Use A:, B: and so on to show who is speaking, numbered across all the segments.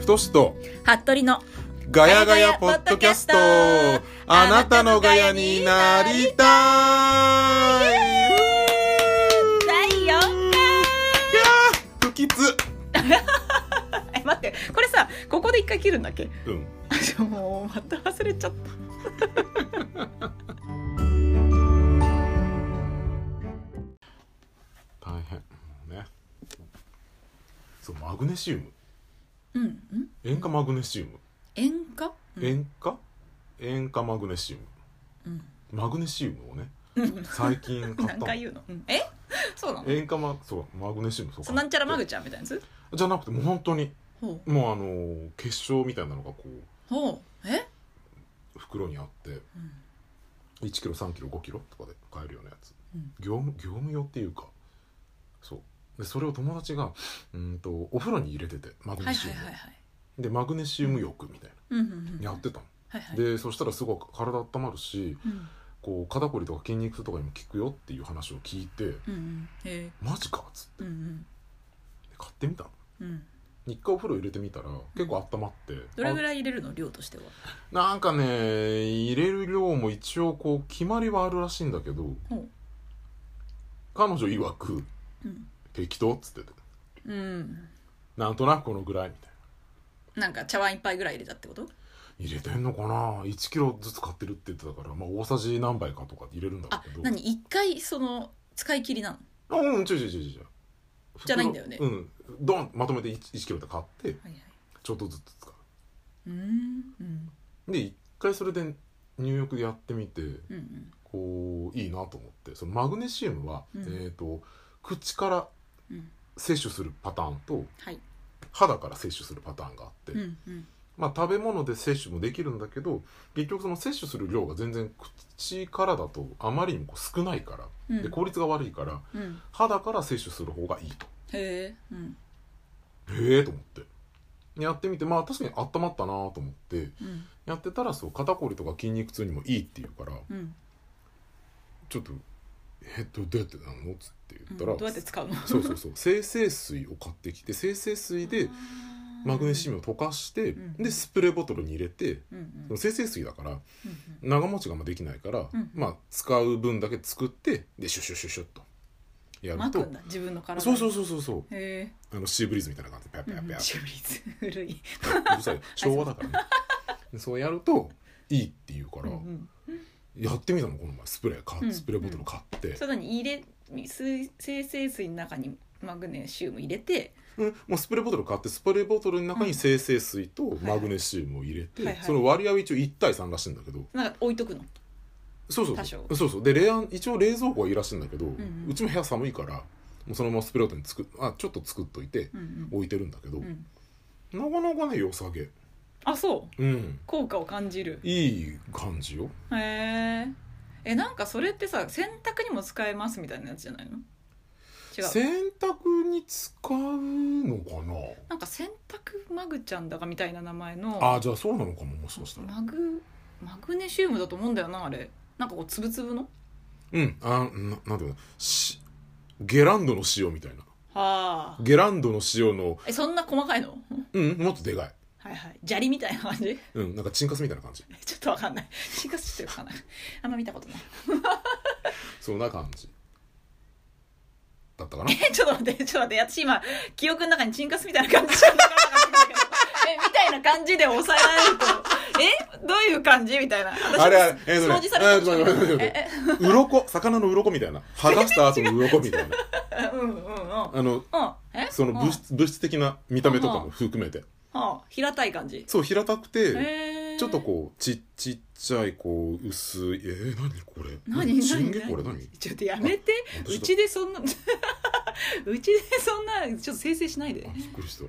A: 太しと
B: 服部の
A: ガヤガヤポッドキャストあなたのガヤになりたい
B: 第4
A: いやー不吉
B: え待ってこれさここで一回切るんだっけ
A: うん
B: あもうまた忘れちゃった
A: 大変もうねそうマグネシウム
B: うんうん
A: 塩化マグネシウム
B: 塩化
A: 塩化塩化マグネシウム
B: うん
A: マグネシウムをね
B: うん
A: 最近買った
B: 何回言うの、うん、えそうなの
A: 塩化マそうマグネシウムそう
B: そうなんちゃらマグ
A: チ
B: ちゃんみたいなやつ
A: じゃなくてもう本当に
B: ほう
A: もうあのー結晶みたいなのがこう
B: ほうえ、
A: 袋にあって
B: うん、
A: 1キロ3キロ5キロとかで買えるようなやつ、
B: うん
A: 業務業務用っていうかそうでそれを友達がうーんとお風呂に入れててマグ
B: は
A: ネ
B: い
A: シ
B: は
A: ウ
B: い
A: ムを、
B: はいはい
A: でマグネシウム浴みたい
B: うんうんうん
A: なやってたの、
B: はいはい
A: でそしたらすごく体温まるし
B: うん
A: こう肩こりとか筋肉痛とかにも効くよっていう話を聞いて
B: うんうんへ
A: マジかっつって
B: えうん
A: 買ってみたの
B: うんうん
A: 一回お風呂入れてみたら結構温まって、
B: どれぐ
A: あ
B: らい入れるの量としては
A: なんかね入れる量も一応こう決まりはあるらしいんだけど
B: ほう
A: 彼女曰く
B: うん
A: 適当っつってて
B: うん
A: なんとなくこのぐらいみたい
B: なんか茶碗一杯ぐらい入れたってこと
A: な入れてんのかな1キロずつ買ってるって言ってたから、まあ、大さじ何杯かとか入れるんだろ
B: あ
A: うけど
B: 何一回その使い切りなの
A: あうん違う違う違う違う
B: じゃないんだよね
A: うんドンまとめて 1, 1キロで買って
B: はいはい
A: ちょっとずつ使
B: うーんうん
A: うで1回それで入浴でやってみて
B: うんうん
A: こういいなと思ってそのマグネシウムは、
B: うん
A: えっ、と口から
B: うん
A: 摂取するパターンと
B: はい
A: 肌から摂取するパターンがあって、
B: うんうん
A: まあ、食べ物で摂取もできるんだけど結局その摂取する量が全然口からだとあまりにもこう少ないから、
B: うん
A: で効率が悪いから
B: うん
A: 肌から摂取する方がいいと
B: へえうん
A: へえと思ってやってみてまあ確かに温まったなと思って
B: うん
A: やってたらそう肩こりとか筋肉痛にもいいっていうから
B: うん
A: ちょっと「えっとどうやってなの?」っつって
B: う
A: 言
B: ん
A: っ
B: ど
A: たら、
B: うやって使うの
A: そうそうそう生成水を買ってきて生成水でマグネシウ
B: ム
A: ムを溶かして、
B: うん
A: でスプレーボトルに入れて
B: うんうん
A: その生成水だから
B: うん
A: 長持ちがまあできないから、
B: うん
A: まあ使う分だけ作ってでシュシュシュシュッとや
B: うん
A: る
B: 巻
A: と
B: くんだ自分の体
A: そうそううそうそうそう
B: へ
A: あのシーブリーズみたいな感じでペャ
B: え
A: ペャペャ
B: シュリーズ古い
A: ペャうるさい 昭和だからねでそうやるといいっていうから、
B: うんうん
A: やってみたのこの前スプレー買
B: うん
A: スプレーボトル買って
B: そ、れに入れ水生成水の中にマグネシウム入れて
A: うんもうスプレーボトル買ってスプレーボトルの中に生成水とマグネシウムを入れて、
B: はいはい
A: その割合は一応1対3らしいんだけど、
B: なんか置いとくの
A: そうそうそ
B: 多少
A: うそうそうで冷暗一応冷蔵庫はいいらしいんだけど、うん
B: うん
A: ちも部屋寒いからもうそのままスプレーボトルに作っあちょっと作っといて
B: うん
A: 置いてるんだけど、
B: うんうん
A: なかなかね良さげ
B: あそう
A: うん
B: 効果を感じる
A: いい感じよ
B: へええなんかそれってさ洗濯にも使えますみたいなやつじゃないの違う
A: 洗濯に使うのかな
B: なんか洗濯マグちゃんだかみたいな名前の
A: あじゃあそうなのかももしかしたら
B: マグマグネシウムだと思うんだよなあれなんかこうつぶつぶの
A: うんあななんていうのしゲランドの塩みたいな
B: はあ
A: ゲランドの塩の
B: えそんな細かいの
A: うんもっとでかい
B: はいはい砂利みたいな感じ
A: うんなんかチンカスみたいな感じ
B: ちょっとわかんない進化してるかな あんま見たことない
A: そんな感じだったかな
B: えちょっと待って、ちょっと待って、私今、記憶の中にチンカスみたいな感じ しかなかったんだけどえ、みたいな感じで抑えられると、 えどういう感じみたいな。私
A: あれあれえっとね
B: 掃除さ
A: え
B: れてる
A: っと待って待って待って
B: え
A: 鱗魚の鱗みたいな剥がした後の鱗みた いな
B: えうんうんうん。うん
A: あの
B: え
A: その物質物質的な見た目とか
B: うんう
A: も含めて
B: うんはあ平たい感じ。
A: そう平たくて
B: えー
A: ちょっとこうちっちっちゃいこう薄いえー、何これ
B: 何
A: チン
B: 何
A: ゲ
B: 何
A: これ何
B: ちょっとやめて
A: あ私だ
B: うちでそんな うちでそんなちょっと生成しないで
A: あびっくりした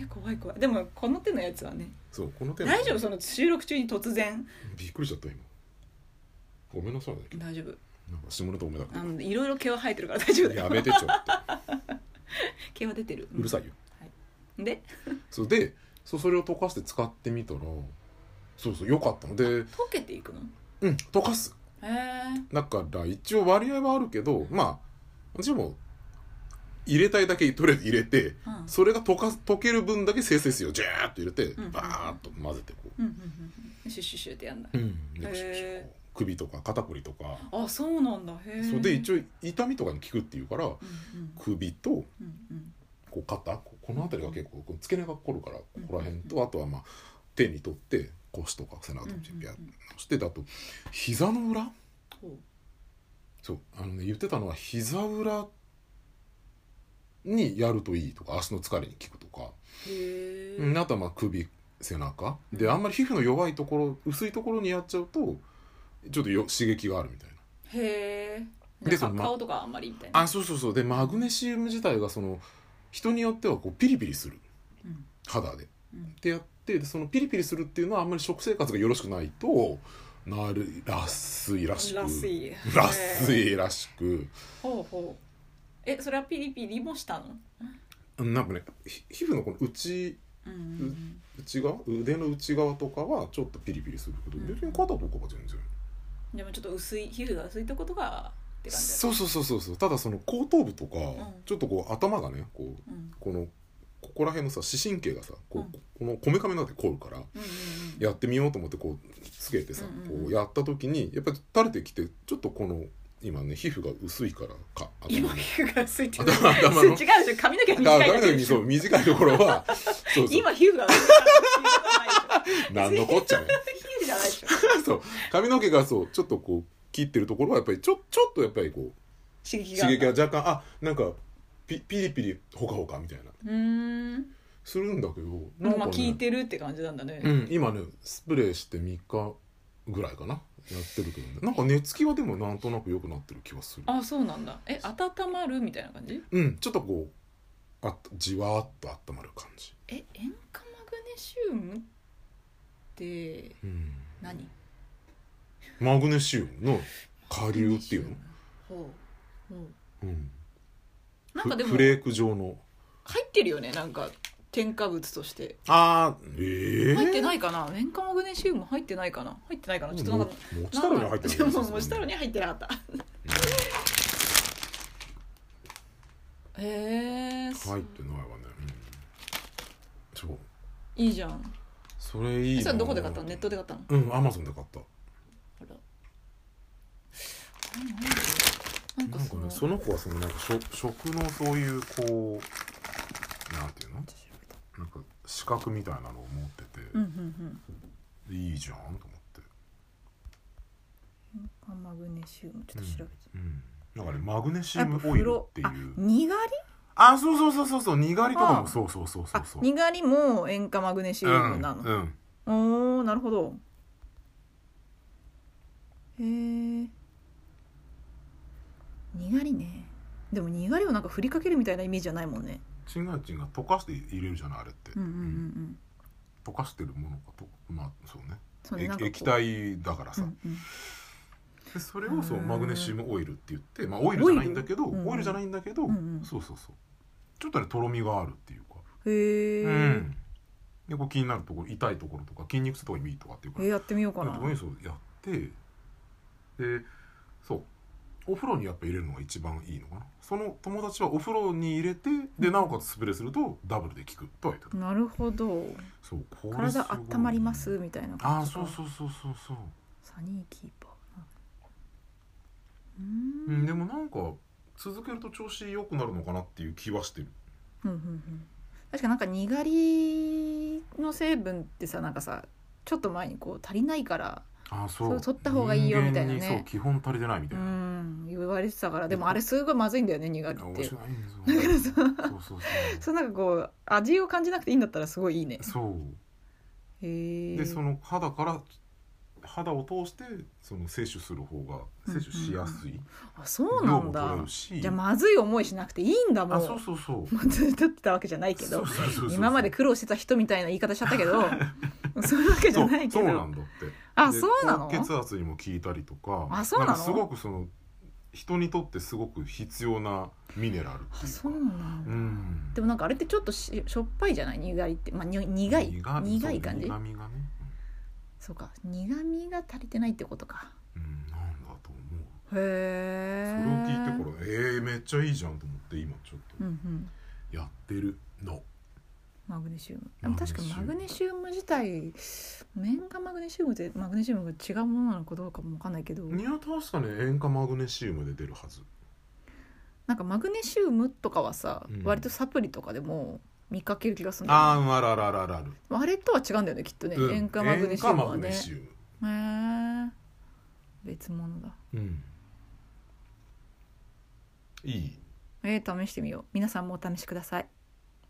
B: え怖い怖いでもこの手のやつはね
A: そうこの手の
B: 大丈夫その収録中に突然
A: びっくりしちゃった今ごめんなさいね
B: 大丈夫
A: なんか下ネタ多めだか
B: あのいろいろ毛は生えてるから大丈夫
A: ら
B: だよ
A: やめてちょっ
B: 毛は出てる
A: とうるさいよ
B: いで
A: そうでそうそれを溶かして使ってみたらそうそうよかったので
B: 溶けていくの
A: うん溶かす
B: へえ
A: だから一応割合はあるけどまあでも入れたいだけとりあえず入れて、
B: うん
A: それが溶か溶ける分だけ生成水をジャーッと入れて、
B: ん
A: バーッと混ぜてこ
B: うんうんうんうんシュッシュッシュッってやんない、
A: う、で
B: へー
A: こう首とか肩こりとか、
B: あそうなんだへえ
A: それで一
B: 応
A: 応痛みとかに効くっていうから、
B: うん
A: 首と
B: うんうんうん
A: こう肩ここの辺りが結構こう付け根が凝るからこ
B: うん
A: こら辺とあとはまあ手に取って腰とか背中とか
B: うん
A: ピャッとしてであと膝の裏
B: ほ
A: そうあのね言ってたのは膝裏にやるといいとか足の疲れに効くとか、
B: うへえ
A: うんあとはまあ首背中であんまり皮膚の弱いところ薄いところにやっちゃうとちょっとよ刺激があるみたいな。
B: へえ
A: でそのま
B: 顔とかあんまりみたいな
A: あそうそうそうでマグネシウム自体がその人によってはこうピリピリする
B: うん
A: 肌で。
B: うん
A: ってやってでそのピリピリするっていうのはあんまり食生活がよろしくないとなるらしいらしく
B: らしい
A: らしいらしく
B: ほうほうえそれはピリピリもしたの
A: なんかねひ皮膚のこの内
B: うんうん
A: 内側腕の内側とかはちょっとピリピリするけど
B: うん
A: 別に肩とかは全然
B: うんでもちょっと薄い皮膚が薄いとことがって感じだ
A: そうそうそうそうそうただその後頭部とか、
B: ん
A: ちょっとこう頭がねこう
B: うん
A: このここら辺のさ視神経がさこ
B: うん
A: うこのこめかみなんて凝るから
B: うんうんうん
A: やってみようと思ってこうつけてさ、
B: うんうんうん
A: こうやった時にやっぱり垂れてきてちょっとこの今ね皮膚が薄いからか
B: 今
A: 頭の
B: 皮膚が薄いってこと
A: 頭頭
B: 違う
A: の
B: でしょ髪の毛が短いだけ
A: 髪
B: で
A: に
B: し
A: そう
B: ょ
A: 短いところ はそうそう
B: 今皮膚が薄いってことはないでしょ
A: 何のこっち ゃね
B: 皮膚じゃないでしょ
A: そう髪の毛がそうちょっとこう切ってるところはやっぱりちょちょっとやっぱりこう
B: 刺激が
A: 刺激が若干あなんかピピリピリほかほかみたいな
B: うーん
A: するんだけどなんか、
B: まあ
A: ね
B: 聞いてるって感じなんだ
A: う
B: ね
A: ん、今ねスプレーして3日ぐらいかなやってるけどねなんか寝つきはでもなんとなく良くなってる気がする
B: あそうなんだえ温まるみたいな感じ
A: うんちょっとこうあじわーっと温まる感じ、
B: え塩化マグネシウムって
A: うん、
B: 何
A: マグネシウムの下流っていうの、
B: ほうほ
A: うん、
B: うなんかでも
A: フフレーク状の
B: 入ってるよねなんか添加物として
A: あーええー、
B: 入ってないいかな塩化マグネシウム入ってないかな入ってないかなちょっとなん
A: も
B: か
A: もちたろには入ってない
B: でももちたろには入ってなかったへえ
A: 入ってないわね、うん、そう
B: いいじゃん
A: それいいな
B: それどこで買ったのネットで買ったの
A: うんアマゾンで買った
B: あらあなん
A: な
B: か
A: ん
B: そ
A: か
B: の
A: ねその子はそのなんか食食のそういうこうなんていうのなんか資格みたいなのを持ってて、
B: うんうん
A: いいじゃんと思って、
B: うん塩化マグネシウムちょっと調べて
A: うん、だからねマグネシウムオイルってい
B: あ
A: う
B: にがり
A: あそうそうそうそうそうにがりとか
B: あ
A: もそうそうそうそ
B: あ
A: うそう
B: にがりも塩化マグネシウ
A: うん
B: ムなの
A: うん
B: おーなるほどへえにがりねでもにがりをなんか振りかけるみたいなイメージじゃないもんね
A: チンガチンが溶かして入れるじゃないあれって、
B: うんうんうんうん
A: 溶かしてるものかとまあそうね
B: そうね
A: え
B: なんかこう
A: 液体だから
B: う
A: さ、
B: んうん
A: でそれをそう
B: うん
A: マグネシウムオイルって言って、まあ、オイルじゃないんだけど
B: オ
A: オ
B: イ
A: イ
B: ルうん
A: ルじゃないんだけど、
B: うんうん
A: そうそうそうちょっとねとろみがあるっていうか、
B: へえ、
A: うんでこう気になるところ痛いところとか筋肉痛とかにもいいとかっていうから、
B: え
A: え
B: やってみようか
A: ー、
B: な
A: とこにそうやってでそうお風呂にやっぱ入れるのが一番いいのかなその友達はお風呂に入れてでなおかつスプレーするとダブルで効くとは言ってた
B: なるほど
A: そうこれすごい
B: 体温まりますみたいな
A: あ
B: 感
A: あ
B: じ
A: そ
B: か
A: うそうそうそうそう
B: サニーキーパーう
A: う
B: ーん
A: ん、でもなんか続けると調子良くなるのかなっていう気はしてる
B: うんうんうん確かなんかにがりの成分ってさなんかさちょっと前にこう足りないから
A: ああそ
B: そうう取った方がいいよみたいなね
A: 人間にそう基本足りてないみ
B: う
A: たいな、あ
B: ん言われてたからでもあれすごいまずいんだよねにがりっ
A: 面
B: て
A: 白いん ですよそうそうそ
B: そうなんかこう味を感じなくていいんだったらすごいいいね
A: うそう
B: へえ
A: でその肌から肌を通してその摂取する方が摂取しやすい、
B: あそうなん
A: 量も
B: だ
A: 取れるし
B: じゃあまずい思いしなくていいんだも
A: あ
B: ん
A: そうそうそう
B: まずいとってたわけじゃないけ
A: そ
B: ど
A: うそうそうそう
B: 今まで苦労してた人みたいな言い方しちゃった けどそういうわけじ
A: そ
B: ゃ
A: う
B: ないけ
A: そうな
B: ど
A: んだって
B: あ
A: で
B: そうなの
A: 高血圧にも効いたりとか
B: あそうなの
A: んかすごくその人にとってすごく必要なミネラルっていうか
B: あそうなん
A: う
B: だ
A: ん
B: でもなんかあれってちょっとししょっぱいじゃない苦いってまあに苦い
A: 苦
B: 苦い感じ
A: そう苦みがね
B: そうか苦みが足りてないってことか
A: うん、うんなんだと思うそれを
B: へえ
A: 聞いてからええめっちゃいいじゃんと思って今ちょっ
B: うんうん
A: とやってるの
B: マグネシウムで
A: マグ
B: も
A: ネシウ
B: 確
A: ム
B: かマグネシウム自体面がマグネシウムでマグネシウムが違うものなのかどうかもわかんないけど
A: ニア倒したね塩化マグネシウムで出るはず
B: なんかマグネシウムとかはさ、
A: うん
B: 割とサプリとかでも見かける気がするんだよね
A: あーうんあるあるあるあるある
B: あれとは違うんだよねきっとね、
A: うん
B: 塩化マグネシウ
A: 塩化
B: ムはね
A: マグネ
B: へ
A: シウム
B: え別物だ
A: うんいい
B: えー、試してみよう皆さんもお試しください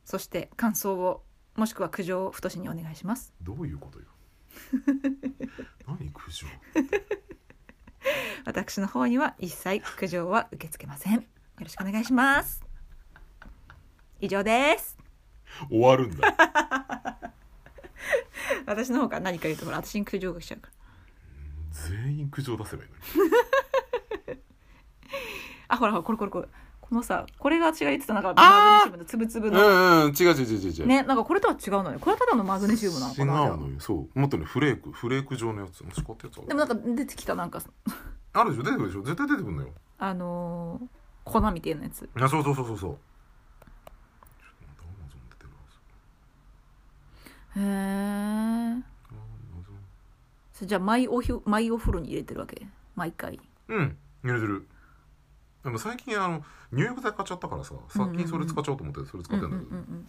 B: そして感想をもしくは苦情を太しにお願いします
A: どういうことよ 何苦情
B: 私の方には一切苦情は受け付けませんよろしくお願いします以上です
A: 終わるんだ
B: 私の方から何か言うとほら私に苦情が来ちゃうから
A: 全員苦情出せばいいのに
B: あほらほらこれこれこれこのさこれが私が言ってたなんかマ
A: あー
B: グネシウムのつぶつぶの
A: うんうん違う違う違う違う
B: ねなんかこれとは違うのねこれはただのマグネシウムなの
A: 違
B: か
A: う
B: なじゃあ
A: のよそうもっとねフレークフレーク状のやつもしこってやつある
B: でもなんか出てきたなんか
A: あるでしょ出てくるでしょ絶対出てくるのよ
B: あのー、粉みたいなやつ
A: あそうそうそうそうそうちょっと待って Amazon 出てるはず
B: へえ
A: Amazon
B: それじゃあ毎おひ毎お風呂に入れてるわけ毎回
A: うん入れてるでも最近あの入浴剤買っちゃったからさ殺菌それ使っちゃおうと思ってそれ使ってんだけど、
B: うんうんうん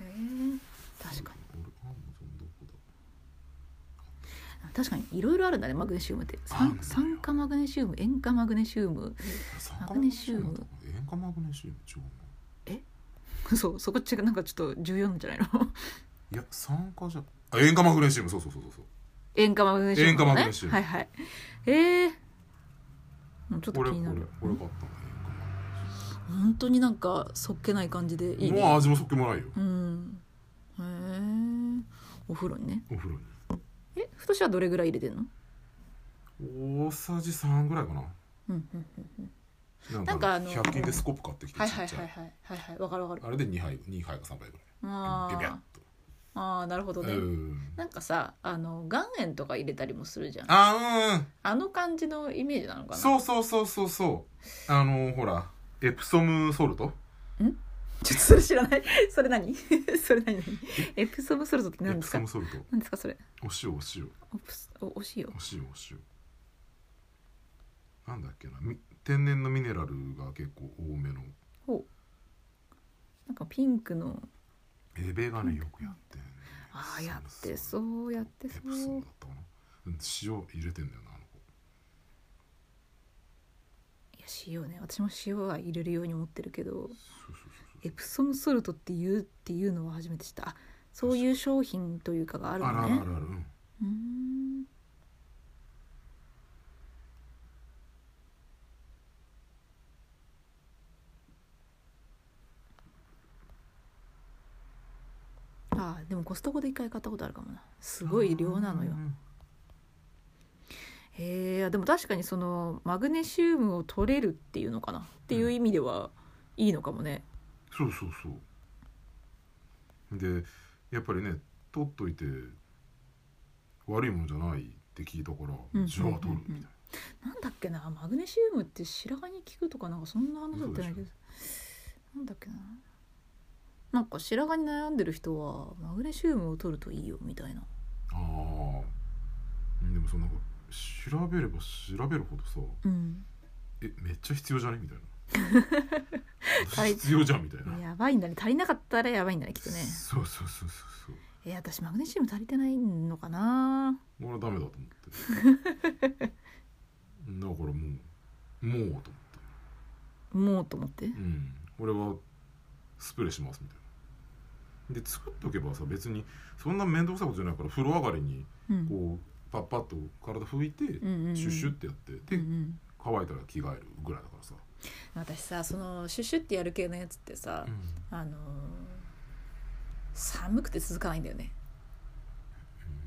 B: へえ確かに
A: 俺 Amazon どこだ
B: 確かにいろいろあるんだねマグネシウムって
A: あるんだ
B: 酸
A: よ
B: 酸化マグネシウム塩化マグネシウム
A: 酸
B: マグネシウム
A: 塩化マグネシウム違うな
B: そうそこ違うなんかちょっと重要なんじゃないの
A: いや酸化じゃあ塩化マグネシウムそうそうそうそうそう
B: 塩化マグネシウム、ね、
A: 塩化マグネシウム
B: はいはいええもうちょっと
A: こ
B: 気
A: れこ
B: に
A: れ
B: な
A: こ
B: る
A: れ買ったの塩化マグネシウム
B: 本当になんかそっけない感じでいい
A: もう
B: ね
A: 味もそっけもないよ
B: うんへえお風呂にね
A: お風呂
B: え太しはどれぐらい入れてんの
A: に大さじ3ぐらいかな
B: うんうんうん
A: なん
B: なんかあの
A: 100均でスコップ買ってきて
B: はい
A: ち
B: はい
A: っち
B: は
A: ゃ
B: いはいはいはいわかるわかる
A: あれで2杯二杯か3杯ぐら
B: あ
A: いビビャッ
B: ーあーなるほ
A: と
B: どね、
A: うん
B: なんかさあの岩塩とか入れたりもするじゃんあ
A: あ
B: の感じのイメージなのか
A: うん
B: な
A: そうそうそうそうそうあのほらエプソムソルト
B: ちょっとそれ知らないそれ何それ何エプソムソルトって
A: エ
B: 何
A: プ
B: ですか
A: ソムソルト
B: 何ですかそれ
A: お塩お塩
B: オプスおお塩
A: お塩お塩なんだっけなみ天然のミネラルが結構多めの
B: ほうなんかピンクの
A: エベがねよくやってんね
B: ああやって
A: う
B: そうやって
A: エプソ
B: そ
A: ム
B: う
A: だったかなうん塩入れてんだよなあの子
B: いや塩ね私も塩は入れるように思ってるけど
A: そうそうそうそう
B: エプソムソルトっていうっていうのは初めて知ったあそういう商品というかがある
A: ある
B: の
A: あるあ
B: ね
A: るあるうん
B: うーんああでもコストコで一回買ったことあるかもなすごい量なのよ
A: うん
B: へえでも確かにそのマグネシウムを取れるっていうのかなっていう意味ではいいのかもね
A: そうそうそうでやっぱりね取っといて悪いものじゃないって聞いたから、
B: うん
A: じゃあ取る
B: うん
A: みたいな、
B: なんだっけなマグネシウムって白髪に効くとかなんかそんな話だったんだけ
A: 嘘
B: ど
A: でし
B: なんだっけななんか白髪に悩んでる人はマグネシウムを取るといいよみたいな
A: ああでもそのなんか調べれば調べるほどさ
B: うん
A: えめっちゃ必要じゃねみたいな
B: は
A: 私
B: い
A: 必要じゃんみたいな、
B: やばいんだね足りなかったらやばいんだねきっとね
A: そうそうそうそうそう
B: えー私マグネシウム足りてないのかな
A: 俺はダメだと思って だからもうもうと思って
B: もうと思って
A: うん、俺はスプレーしますみたいなで作っとけばさ別にそんな面倒くさいことじゃないから風呂上がりに
B: うん
A: こうパッパッと体拭いて
B: うんうんうん
A: シュッシュってやって
B: うんう
A: で
B: ん
A: 乾いたら着替えるぐらいだからさ、
B: 私さそのシュッシュってやる系のやつってさ、あのー寒くて続かないんだよね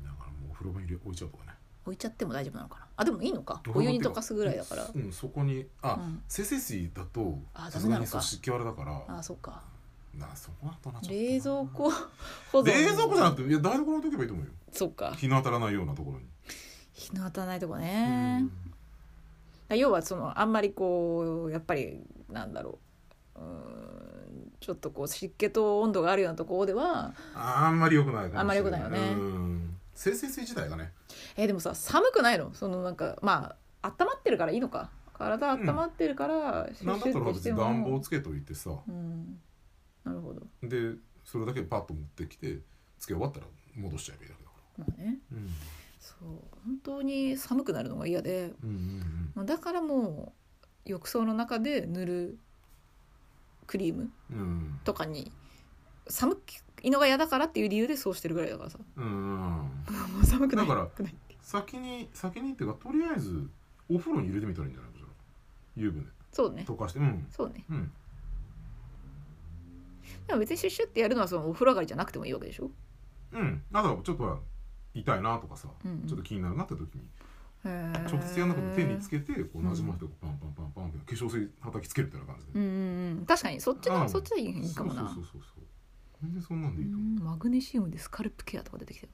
A: うんだからもうお風呂場に入れ置いちゃうとかね
B: 置いちゃっても大丈夫なのかなあでもいいのかお湯に溶かすぐらいだから
A: うんそこにあ、
B: うん
A: せせ水だと
B: あ
A: さすが
B: ダメなの
A: に
B: か
A: そう湿気割れだから
B: あそっか
A: なそこだとなちょっとな
B: 冷蔵庫保 存
A: 冷蔵庫じゃなくていや台所に置けばいいと思うよ
B: そっか
A: 日の当たらないようなところに、
B: 日の当たらないとこね
A: うん
B: ら要はそのあんまりこうやっぱりなんだろううーんちょっとこう湿気と温度があるようなところでは
A: あんまり良くないかもしれない
B: あんまり良くないよね
A: うん生成水自体がね
B: えーでもさ寒くないのそのなんかまあ温まってるからいいのか体温まってるから、シュ
A: な
B: ッ
A: んだっ
B: シュ
A: た
B: ッ
A: ら
B: てし
A: 別
B: て
A: に
B: も
A: 暖房つけといてさ
B: うんなるほど
A: でそれだけパッと持ってきてつけ終わったら戻しちゃえばいいだけだか
B: まあね
A: ら
B: そう本当に寒くなるのが嫌で
A: うんうん
B: まあだからもう浴槽の中で塗るクリーム
A: うんうん
B: とかに寒いのが嫌だからっていう理由でそうしてるぐらいだからさ
A: うんうん
B: もう寒くな い
A: だから
B: くない
A: 先に先にっていうかとりあえずお風呂に入れてみたらいいんじゃないかじゃあ湯船
B: そうね
A: 溶かしてうん
B: そうね
A: うん
B: でも別にシュッシュッってやるのはそのお風呂上がりじゃなくてもいいわけでしょ
A: うんだからちょっとは痛いなとかさ、
B: うんうん
A: ちょっと気になるなって時に
B: へー
A: 直接やんなくても手につけてこうなじませてこうパンパンパンパンって化粧水叩きつけるみたいな感じで、
B: うんうんうん確かにそっちの、
A: うん
B: そっちがいいかもな
A: そうそうそうそう全然そんなんでいいと
B: う
A: 思う、
B: んマグネシウムでスカルプケアとか出てきてる、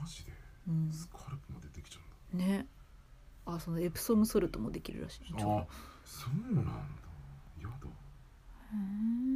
A: マジで
B: うん、
A: スカルプまでできちゃ
B: ねあそのエプソムソルトもできるらしい
A: うん
B: ち
A: だ
B: ょっ
A: あそうなんだやだ
B: とへー